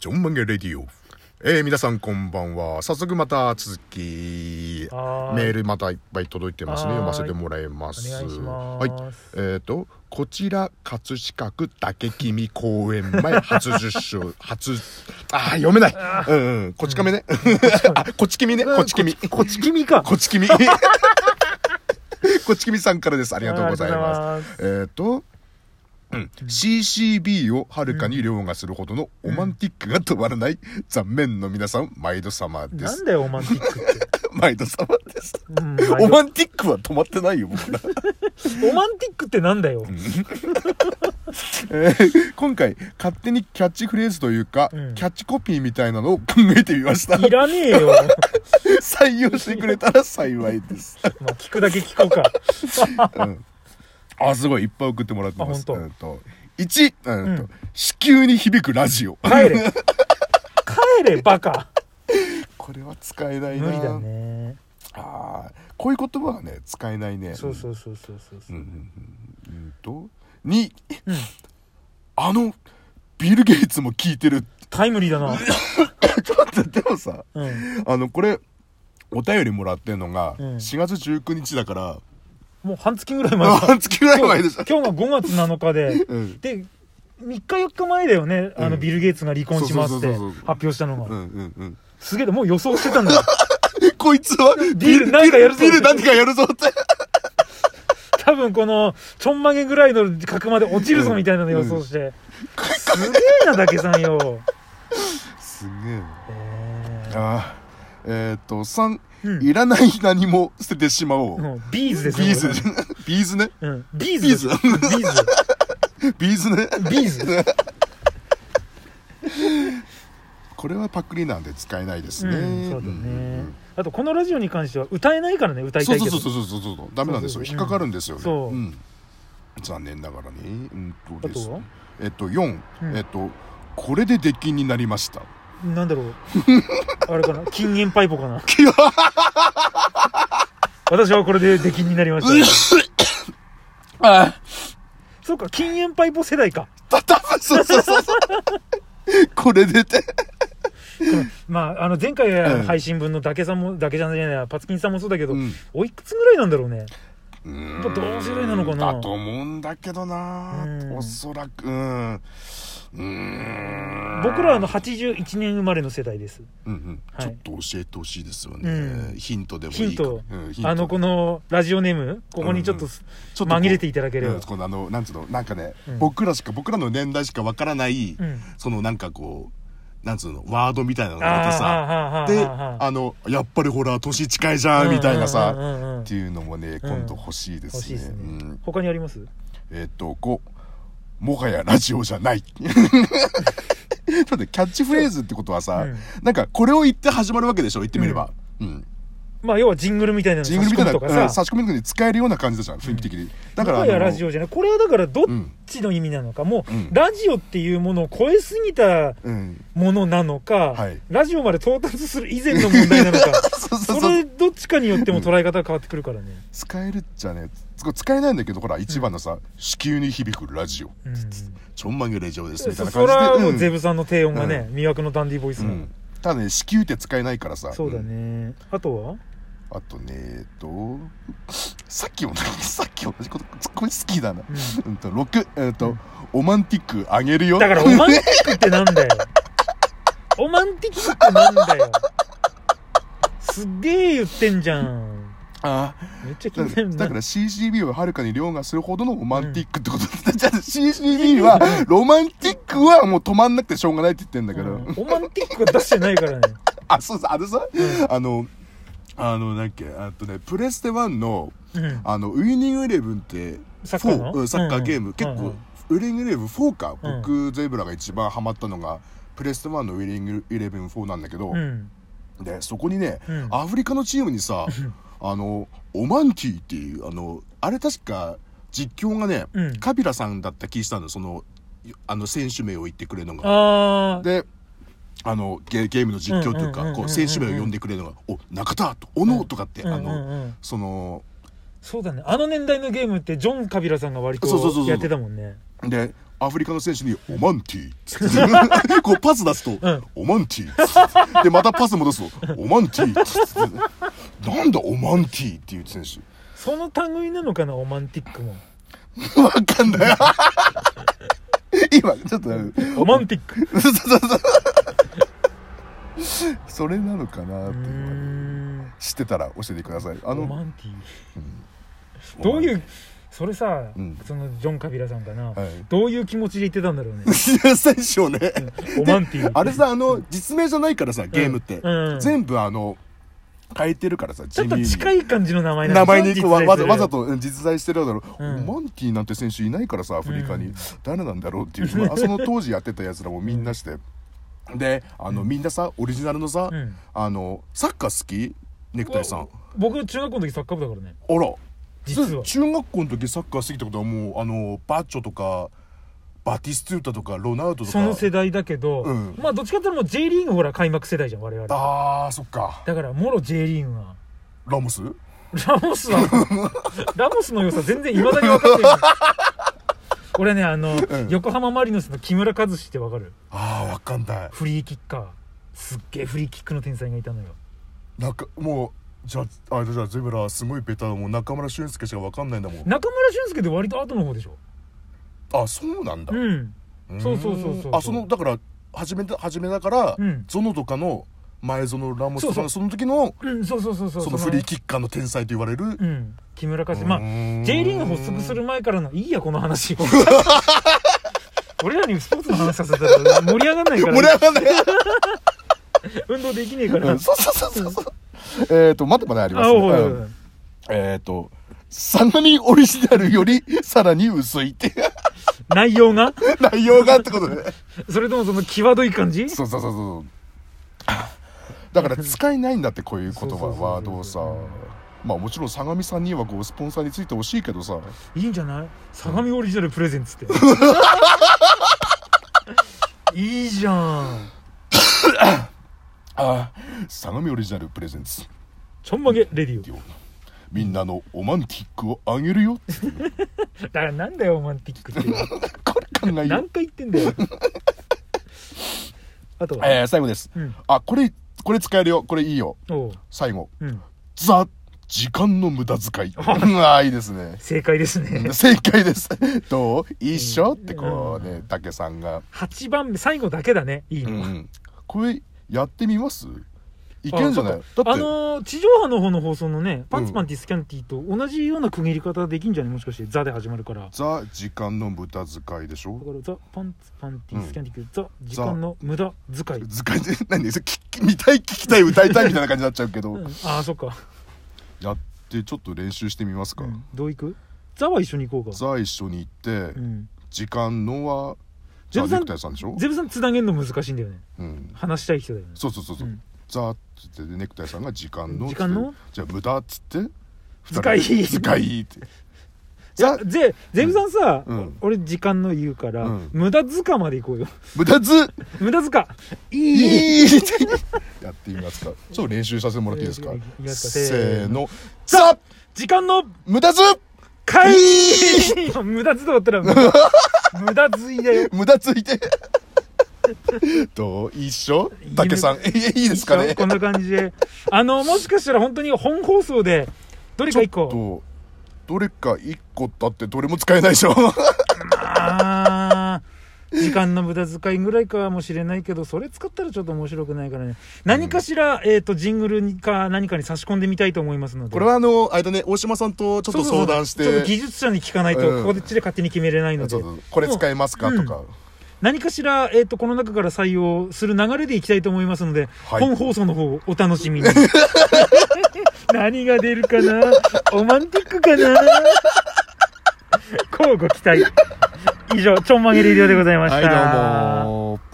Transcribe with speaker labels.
Speaker 1: ジョンマンゲレディオ。えー、皆さんこんばんは。早速また続き、
Speaker 2: はーい
Speaker 1: メールまたいっぱい届いてますね。
Speaker 2: はーい
Speaker 1: 読ませてもらいます。
Speaker 2: お願いします
Speaker 1: はい。えっ、と、こちら、葛飾区竹君公園前、 初受賞、初、あー、読めない。うんうん。こち亀ね。 あ、こち君ね。こち君。
Speaker 2: こっち君か。
Speaker 1: こち 君。こち君さんからです。あ
Speaker 2: あ
Speaker 1: りがとうございます。
Speaker 2: りが
Speaker 1: え
Speaker 2: とうございます。
Speaker 1: っ、と、うん、CCB をはるかに凌駕するほどのオマンティックが止まらない残面の皆さん、毎度様で
Speaker 2: なん
Speaker 1: す。
Speaker 2: だよ、オマンティックって。
Speaker 1: 毎度様です。
Speaker 2: うん
Speaker 1: オマンティックは止まってないよ、僕ら。
Speaker 2: オマンティックってなんだよ。
Speaker 1: えー今回、勝手にキャッチフレーズというか、
Speaker 2: うん
Speaker 1: キャッチコピーみたいなのを考えてみました。
Speaker 2: いらねえよ。
Speaker 1: 採用してくれたら幸い です。
Speaker 2: まあ、聞くだけ聞こうか。
Speaker 1: うんあ、すごい、いっぱい送ってもらってます。
Speaker 2: あ本当
Speaker 1: えーと1、うんと
Speaker 2: うん
Speaker 1: 子宮に響くラジオ。
Speaker 2: 帰れ。帰れ、バカ。
Speaker 1: これは使えないな
Speaker 2: 無理だね。
Speaker 1: ああこういう言葉はね使えないね
Speaker 2: そうそうそうそうそう
Speaker 1: う
Speaker 2: そ
Speaker 1: んう
Speaker 2: う。
Speaker 1: んうんうんと2、あのビル・ゲイツも聞いてる
Speaker 2: タイムリーだな。
Speaker 1: ちょっとでもさ
Speaker 2: うん。
Speaker 1: あのこれお便りもらってんのが
Speaker 2: うん
Speaker 1: 4月19日だから、
Speaker 2: もう半月ぐらい前だ。
Speaker 1: 半月ぐらい前でしょ
Speaker 2: 今日が5月7日で。
Speaker 1: うん
Speaker 2: で、3日4日前だよね。あ
Speaker 1: う
Speaker 2: の、
Speaker 1: ん
Speaker 2: ビル・ゲイツが離婚しますって
Speaker 1: そうそう
Speaker 2: 発
Speaker 1: そうそう
Speaker 2: 表したの
Speaker 1: う
Speaker 2: が。
Speaker 1: んうんうん、
Speaker 2: すげえ、もう予想してたんだよ。
Speaker 1: こいつは
Speaker 2: ビル何かやるぞ
Speaker 1: ビル何かやるぞって
Speaker 2: 多分このちょんまげぐらいの角まで落ちるぞみたいなの予想して、すげえなだけさんよ、
Speaker 1: すげえな
Speaker 2: え
Speaker 1: あーえーっと3、
Speaker 2: うん
Speaker 1: いらない何も捨ててしまおう、
Speaker 2: ー、もうビーズですね
Speaker 1: ビーズ
Speaker 2: こ
Speaker 1: ビーズね
Speaker 2: れうん、ビーズです
Speaker 1: ビ
Speaker 2: ビーズ
Speaker 1: ビーズね
Speaker 2: ビーズ
Speaker 1: これはパクリなんで使えないです
Speaker 2: う
Speaker 1: ね。
Speaker 2: んそうだね、
Speaker 1: んうん
Speaker 2: あとこのラジオに関しては歌えないからね歌い
Speaker 1: そ
Speaker 2: た
Speaker 1: う
Speaker 2: い
Speaker 1: そ
Speaker 2: け
Speaker 1: うそ
Speaker 2: ど
Speaker 1: うそうそうそうそうダメなんですよ。
Speaker 2: そうそうそう
Speaker 1: 引っかかるんですよね。
Speaker 2: そうん
Speaker 1: 残念ながらね。うんと
Speaker 2: あ
Speaker 1: です
Speaker 2: とは。
Speaker 1: えっと四、
Speaker 2: うん
Speaker 1: えっとこれで出禁になりました。
Speaker 2: なんだろうあれ かな禁煙パイプかな私はこれで出禁になりました
Speaker 1: あ、
Speaker 2: そうか禁煙パイプ世代か
Speaker 1: たたそうそうそうそう。 これでて。
Speaker 2: まあ、あの前回
Speaker 1: うん
Speaker 2: 配信分のだけさんも、だけじゃないやパツキンさんもそうだけど、
Speaker 1: うん
Speaker 2: おいくつぐらいなんだろうね
Speaker 1: うーん
Speaker 2: やっぱ同世代なのかな
Speaker 1: だと思うんだけどな
Speaker 2: うん。
Speaker 1: おそらくうん。うーん
Speaker 2: 僕らはあの81年生まれの世代です
Speaker 1: うんうん
Speaker 2: は
Speaker 1: ちょ
Speaker 2: い
Speaker 1: っと教えてほしいですよね、
Speaker 2: うん
Speaker 1: ヒントでもいい
Speaker 2: ヒント
Speaker 1: からうん
Speaker 2: あのこのラジオネームここにちょっと,、
Speaker 1: うんちょっとこう
Speaker 2: 紛れていただければ、
Speaker 1: うんこのあのなんつうのなんかね、
Speaker 2: うん
Speaker 1: 僕らしか僕らの年代しかわからない、
Speaker 2: うん
Speaker 1: そのなんかこうなんつうのワードみたいなのがあってさ
Speaker 2: あーあー
Speaker 1: で
Speaker 2: あーあーあー
Speaker 1: あのやっぱりほら年近いじゃんみたいなさ、
Speaker 2: うんうんうんうん
Speaker 1: っていうのもね今度欲しいで
Speaker 2: 欲し
Speaker 1: す
Speaker 2: い
Speaker 1: ね,、
Speaker 2: ですね、
Speaker 1: うん
Speaker 2: 他にあります
Speaker 1: えっとこうもはやラジオじゃない だってキャッチフレーズってことはさ、
Speaker 2: うん
Speaker 1: なんかこれを言って始まるわけでしょ言ってみれば、うん
Speaker 2: まあ要はジングルみたいなの
Speaker 1: ジングルみたいな、
Speaker 2: 差し込むとか
Speaker 1: うん、
Speaker 2: さ、
Speaker 1: 差し込みの時に使えるような感じだじゃん、雰囲気的に。だから、あ
Speaker 2: もは
Speaker 1: の
Speaker 2: やラジオじゃないこれはだからどっ
Speaker 1: うん
Speaker 2: ちの意味なのか、も
Speaker 1: う
Speaker 2: う、
Speaker 1: ん
Speaker 2: ラジオっていうものを超えすぎた
Speaker 1: うん。
Speaker 2: ものなのか、
Speaker 1: はい
Speaker 2: ラジオまで到達する以前の問題なのか
Speaker 1: そう そう
Speaker 2: そ
Speaker 1: そう。
Speaker 2: れどっちかによっても捉え方が変わってくるからね、
Speaker 1: 使えるじゃねつ使えないんだけど、ほら、一番のさ、子宮に響くラジオ。
Speaker 2: うん
Speaker 1: ちょんまげラジオです、みたい
Speaker 2: そ
Speaker 1: な
Speaker 2: それは
Speaker 1: 感じ
Speaker 2: も
Speaker 1: で。
Speaker 2: うゼ
Speaker 1: 部。
Speaker 2: ブさんの低音がね、魅惑のダンディボイス
Speaker 1: う
Speaker 2: の、
Speaker 1: ん。ただね、子宮って使えないからさ。
Speaker 2: そうだ
Speaker 1: ん。
Speaker 2: ねあとは
Speaker 1: あとね、えっと、さっきも、 さっき同じこと、これ好きだな。うんと、6、えっと、オマンティックあげるよ。
Speaker 2: だからオマンティックってなんだよオマンティックってなんだよすっげえ言ってんじゃん
Speaker 1: あ
Speaker 2: めっちゃ気
Speaker 1: だ
Speaker 2: に
Speaker 1: から
Speaker 2: なる
Speaker 1: だから
Speaker 2: な
Speaker 1: CCB をはるかに凌駕するほどのロマンティックってことだ、じゃあ CCB はロマンティックはもう止まんなくてしょうがないって言ってんだけど、
Speaker 2: うんオマンティックが出してないからね
Speaker 1: あそうですあのさ、
Speaker 2: う
Speaker 1: あのあのなんだっけあとねプレステ1の
Speaker 2: うん
Speaker 1: あのウイニングイレブンって
Speaker 2: サッカーの
Speaker 1: フォうんサッカーゲーム、
Speaker 2: うん
Speaker 1: 結構、
Speaker 2: うん
Speaker 1: ウイニングイレブン4か
Speaker 2: うん
Speaker 1: 僕、ゼブラが一番ハマったのがプレステ1のウイニングイレブン4なんだけど、
Speaker 2: うん
Speaker 1: でそこにね、
Speaker 2: うん
Speaker 1: アフリカのチームにさあのオマンティっていうあのあれ確か実況がね、
Speaker 2: うん
Speaker 1: カビラさんだった気したのそのあの選手名を言ってくれるのが。
Speaker 2: ああ
Speaker 1: であのゲゲームの実況という
Speaker 2: うんうんうんうん
Speaker 1: か
Speaker 2: うん
Speaker 1: こう選手名を呼んでくれるのが「お中田!」と「おの!」とかって、あ
Speaker 2: うんうん
Speaker 1: の
Speaker 2: うん
Speaker 1: その
Speaker 2: そうだねあの年代のゲームってジョン・カビラさんが割と
Speaker 1: そうそうそうそう
Speaker 2: やってたもんね
Speaker 1: でアフリカの選手に、オマンティっつって、こうパス出すと、オマンティっつってで、またパス戻すと、オマンティっつって、なんだオマンティっていう選手。
Speaker 2: その類なのかなオマンティックも
Speaker 1: わかんない。今、ちょっと、
Speaker 2: オマンティック
Speaker 1: そうそうそうそれなのかなっ
Speaker 2: う
Speaker 1: て いうのが
Speaker 2: ーん
Speaker 1: 知ってたら教えてください。あ
Speaker 2: オ
Speaker 1: の、、
Speaker 2: マンティどういううそれさ、
Speaker 1: うん
Speaker 2: そのジョン・カビラさんかな、
Speaker 1: はい
Speaker 2: どういう気持ちで言ってたんだ ろうね
Speaker 1: 選手をね、
Speaker 2: オマンティ
Speaker 1: あれさ、あの、実名じゃないからさ、ゲームって。
Speaker 2: うんうん
Speaker 1: 全部あの、変えてるからさ、
Speaker 2: ちょっと
Speaker 1: 地味
Speaker 2: 近
Speaker 1: に
Speaker 2: い感じの名前な
Speaker 1: 名
Speaker 2: んだ
Speaker 1: 前にこうわわざわざと
Speaker 2: と
Speaker 1: うん実在してるだろう、
Speaker 2: うん
Speaker 1: マンティなんて選手いないからさアフリカに、
Speaker 2: うん
Speaker 1: 誰なんだろうっていう、まあ、その当時やってたやつらもみんなしてであのみんなさオリジナルのさ、
Speaker 2: うん
Speaker 1: あのサッカー好きネクタイさん
Speaker 2: 僕中学校の時サッカー部だからね
Speaker 1: あら
Speaker 2: 実は
Speaker 1: 中学校の時サッカー好きってことはもうあのバッチョとかバティストゥータとかロナウドとか
Speaker 2: その世代だけど、
Speaker 1: うん
Speaker 2: まあどっちかっていうともう J リーグほら開幕世代じゃん我々だ
Speaker 1: あーそっか
Speaker 2: からもろ J リーグは
Speaker 1: ラモス
Speaker 2: ラモ スはラモスの良さ全然いまだに分かってない俺ねあの、
Speaker 1: うん
Speaker 2: 横浜マリノスの木村和志って分かる
Speaker 1: あーわかんない
Speaker 2: フリーキッカーすっげえフリーキックの天才がいたのよ
Speaker 1: なんかもうじゃああれじゃあゼブラすごいベタだもう中村俊輔しかわかんないんだもん
Speaker 2: 中村俊輔って割と後の方でしょ
Speaker 1: あそうなんだ
Speaker 2: うん
Speaker 1: ーん
Speaker 2: そうそうそうそう
Speaker 1: あそのだから初めて初めだから、
Speaker 2: うん
Speaker 1: ゾノとかの前ゾノラモスとか
Speaker 2: そうそう
Speaker 1: のその時の
Speaker 2: うんそうそうそうそう
Speaker 1: そのフリーキ
Speaker 2: キ
Speaker 1: ッカーの天才と言われる、
Speaker 2: うん木村和志まあ
Speaker 1: うーん
Speaker 2: J リーグ発足する前からのいいやこ の話俺らにスポーツの話させたら盛り上がんないか
Speaker 1: 盛り
Speaker 2: ら
Speaker 1: 上がんない
Speaker 2: 運動できねえか
Speaker 1: う
Speaker 2: ら
Speaker 1: んそうそうそうそうそうえっとまだまだありますね、
Speaker 2: おうおうおう
Speaker 1: うんえっ、とサナミオリジナルよりさらに薄いっていう
Speaker 2: 内容が
Speaker 1: 内容がってことで、ね、
Speaker 2: それともその際どい感じ
Speaker 1: そうそうそうそうだから使えないんだってこういう言葉ワードをさ
Speaker 2: そうそうそう
Speaker 1: まあもちろん相模さんにはこうスポンサーについてほしいけどさ
Speaker 2: いいんじゃない相模オリジナルプレゼンツって いいじゃん
Speaker 1: あー相模オリジナルプレゼンツ
Speaker 2: ちょんまげレディオ
Speaker 1: みんなのオマンティックをあげるよ
Speaker 2: だからなんだよお前ティックって
Speaker 1: これ考えよ
Speaker 2: 何
Speaker 1: う、
Speaker 2: 回言ってんだよあとは、
Speaker 1: えー、最後です、
Speaker 2: うん
Speaker 1: あこれこれ使えるよこれいいよ
Speaker 2: おう
Speaker 1: 最後
Speaker 2: うん
Speaker 1: ザ時間の無駄遣いああいいですね
Speaker 2: 正解ですね
Speaker 1: 正解です どう一緒ってこうね武さんが、
Speaker 2: 8番目最後だけだねいいの、
Speaker 1: うんこれやってみますいけんじゃないだ
Speaker 2: あ
Speaker 1: っ
Speaker 2: そ
Speaker 1: て
Speaker 2: っかあのー地上波の方の放送のねパンツパンティスキャンティと同じような区切り方できんじゃないもしかして「ザ」で始まるからだか
Speaker 1: ザ時間の無駄遣いでしょ
Speaker 2: ら「ザ・パンツパンティスキャンティ」ザ時間の無駄遣い、うん、
Speaker 1: 図鑑で何それ聞き見たい聞きたい歌いたいみたいな感じになっちゃうけど、
Speaker 2: ああそっか、
Speaker 1: やってちょっと練習してみますか、
Speaker 2: うんどういく?「ザ」は一緒に行こうか
Speaker 1: ザ一緒に行って、
Speaker 2: うん
Speaker 1: 時間のは
Speaker 2: ゼ
Speaker 1: ザネク
Speaker 2: ブさん
Speaker 1: タイさんでしょ、
Speaker 2: ゼブさんつなげんの難しいんだよね
Speaker 1: うん、
Speaker 2: 話したい人だよね
Speaker 1: そうそうそうそう、
Speaker 2: うん
Speaker 1: ザっつってネクタイさんが時間の
Speaker 2: 時間
Speaker 1: つっ
Speaker 2: の
Speaker 1: てじゃあ無駄っつって
Speaker 2: 使い
Speaker 1: 図鑑ってザ
Speaker 2: ゼゼブさんさ、
Speaker 1: うん
Speaker 2: 俺時間の言うから、
Speaker 1: うん
Speaker 2: 無駄塚まで行こうよ
Speaker 1: 無駄ず
Speaker 2: 無駄塚い
Speaker 1: いい
Speaker 2: い
Speaker 1: やってみますかちょっと練習させてもらっていいですか
Speaker 2: いきますか
Speaker 1: せーの
Speaker 2: ザ時間の
Speaker 1: 無駄ず
Speaker 2: かい
Speaker 1: い
Speaker 2: 無駄ずとだった ら無駄無駄ずいだよ
Speaker 1: 無駄ついてどう一緒竹さんいやいいですか
Speaker 2: いい
Speaker 1: ね
Speaker 2: っしょこんな感じであのもしかしたら本当に本放送でどれ
Speaker 1: ち
Speaker 2: か
Speaker 1: ょ
Speaker 2: 一
Speaker 1: っ
Speaker 2: 個
Speaker 1: とどれか一個だってどれも使えないでしょ
Speaker 2: あー時間の無駄遣いぐらいかもしれないけどそれ使ったらちょっと面白くないからね何かしら、えっ、とジングルにか何かに差し込んでみたいと思いますので
Speaker 1: これはあの間ね大島さんとちょっ
Speaker 2: そう
Speaker 1: と
Speaker 2: そうそう
Speaker 1: 相談して
Speaker 2: ちょっと技術者に聞かないと、
Speaker 1: うん
Speaker 2: ここでっちで勝手に決めれないの
Speaker 1: ち
Speaker 2: で
Speaker 1: ょっとこれ使えますか
Speaker 2: うん
Speaker 1: とか
Speaker 2: 何かしら、えっとこの中から採用する流れでいきたいと思いますので、
Speaker 1: はい
Speaker 2: 本放送の方をお楽し みに何が出るかなオマンティックか な交互期待以上ちょんまげレディオでございまし
Speaker 1: は
Speaker 2: た、
Speaker 1: いどうも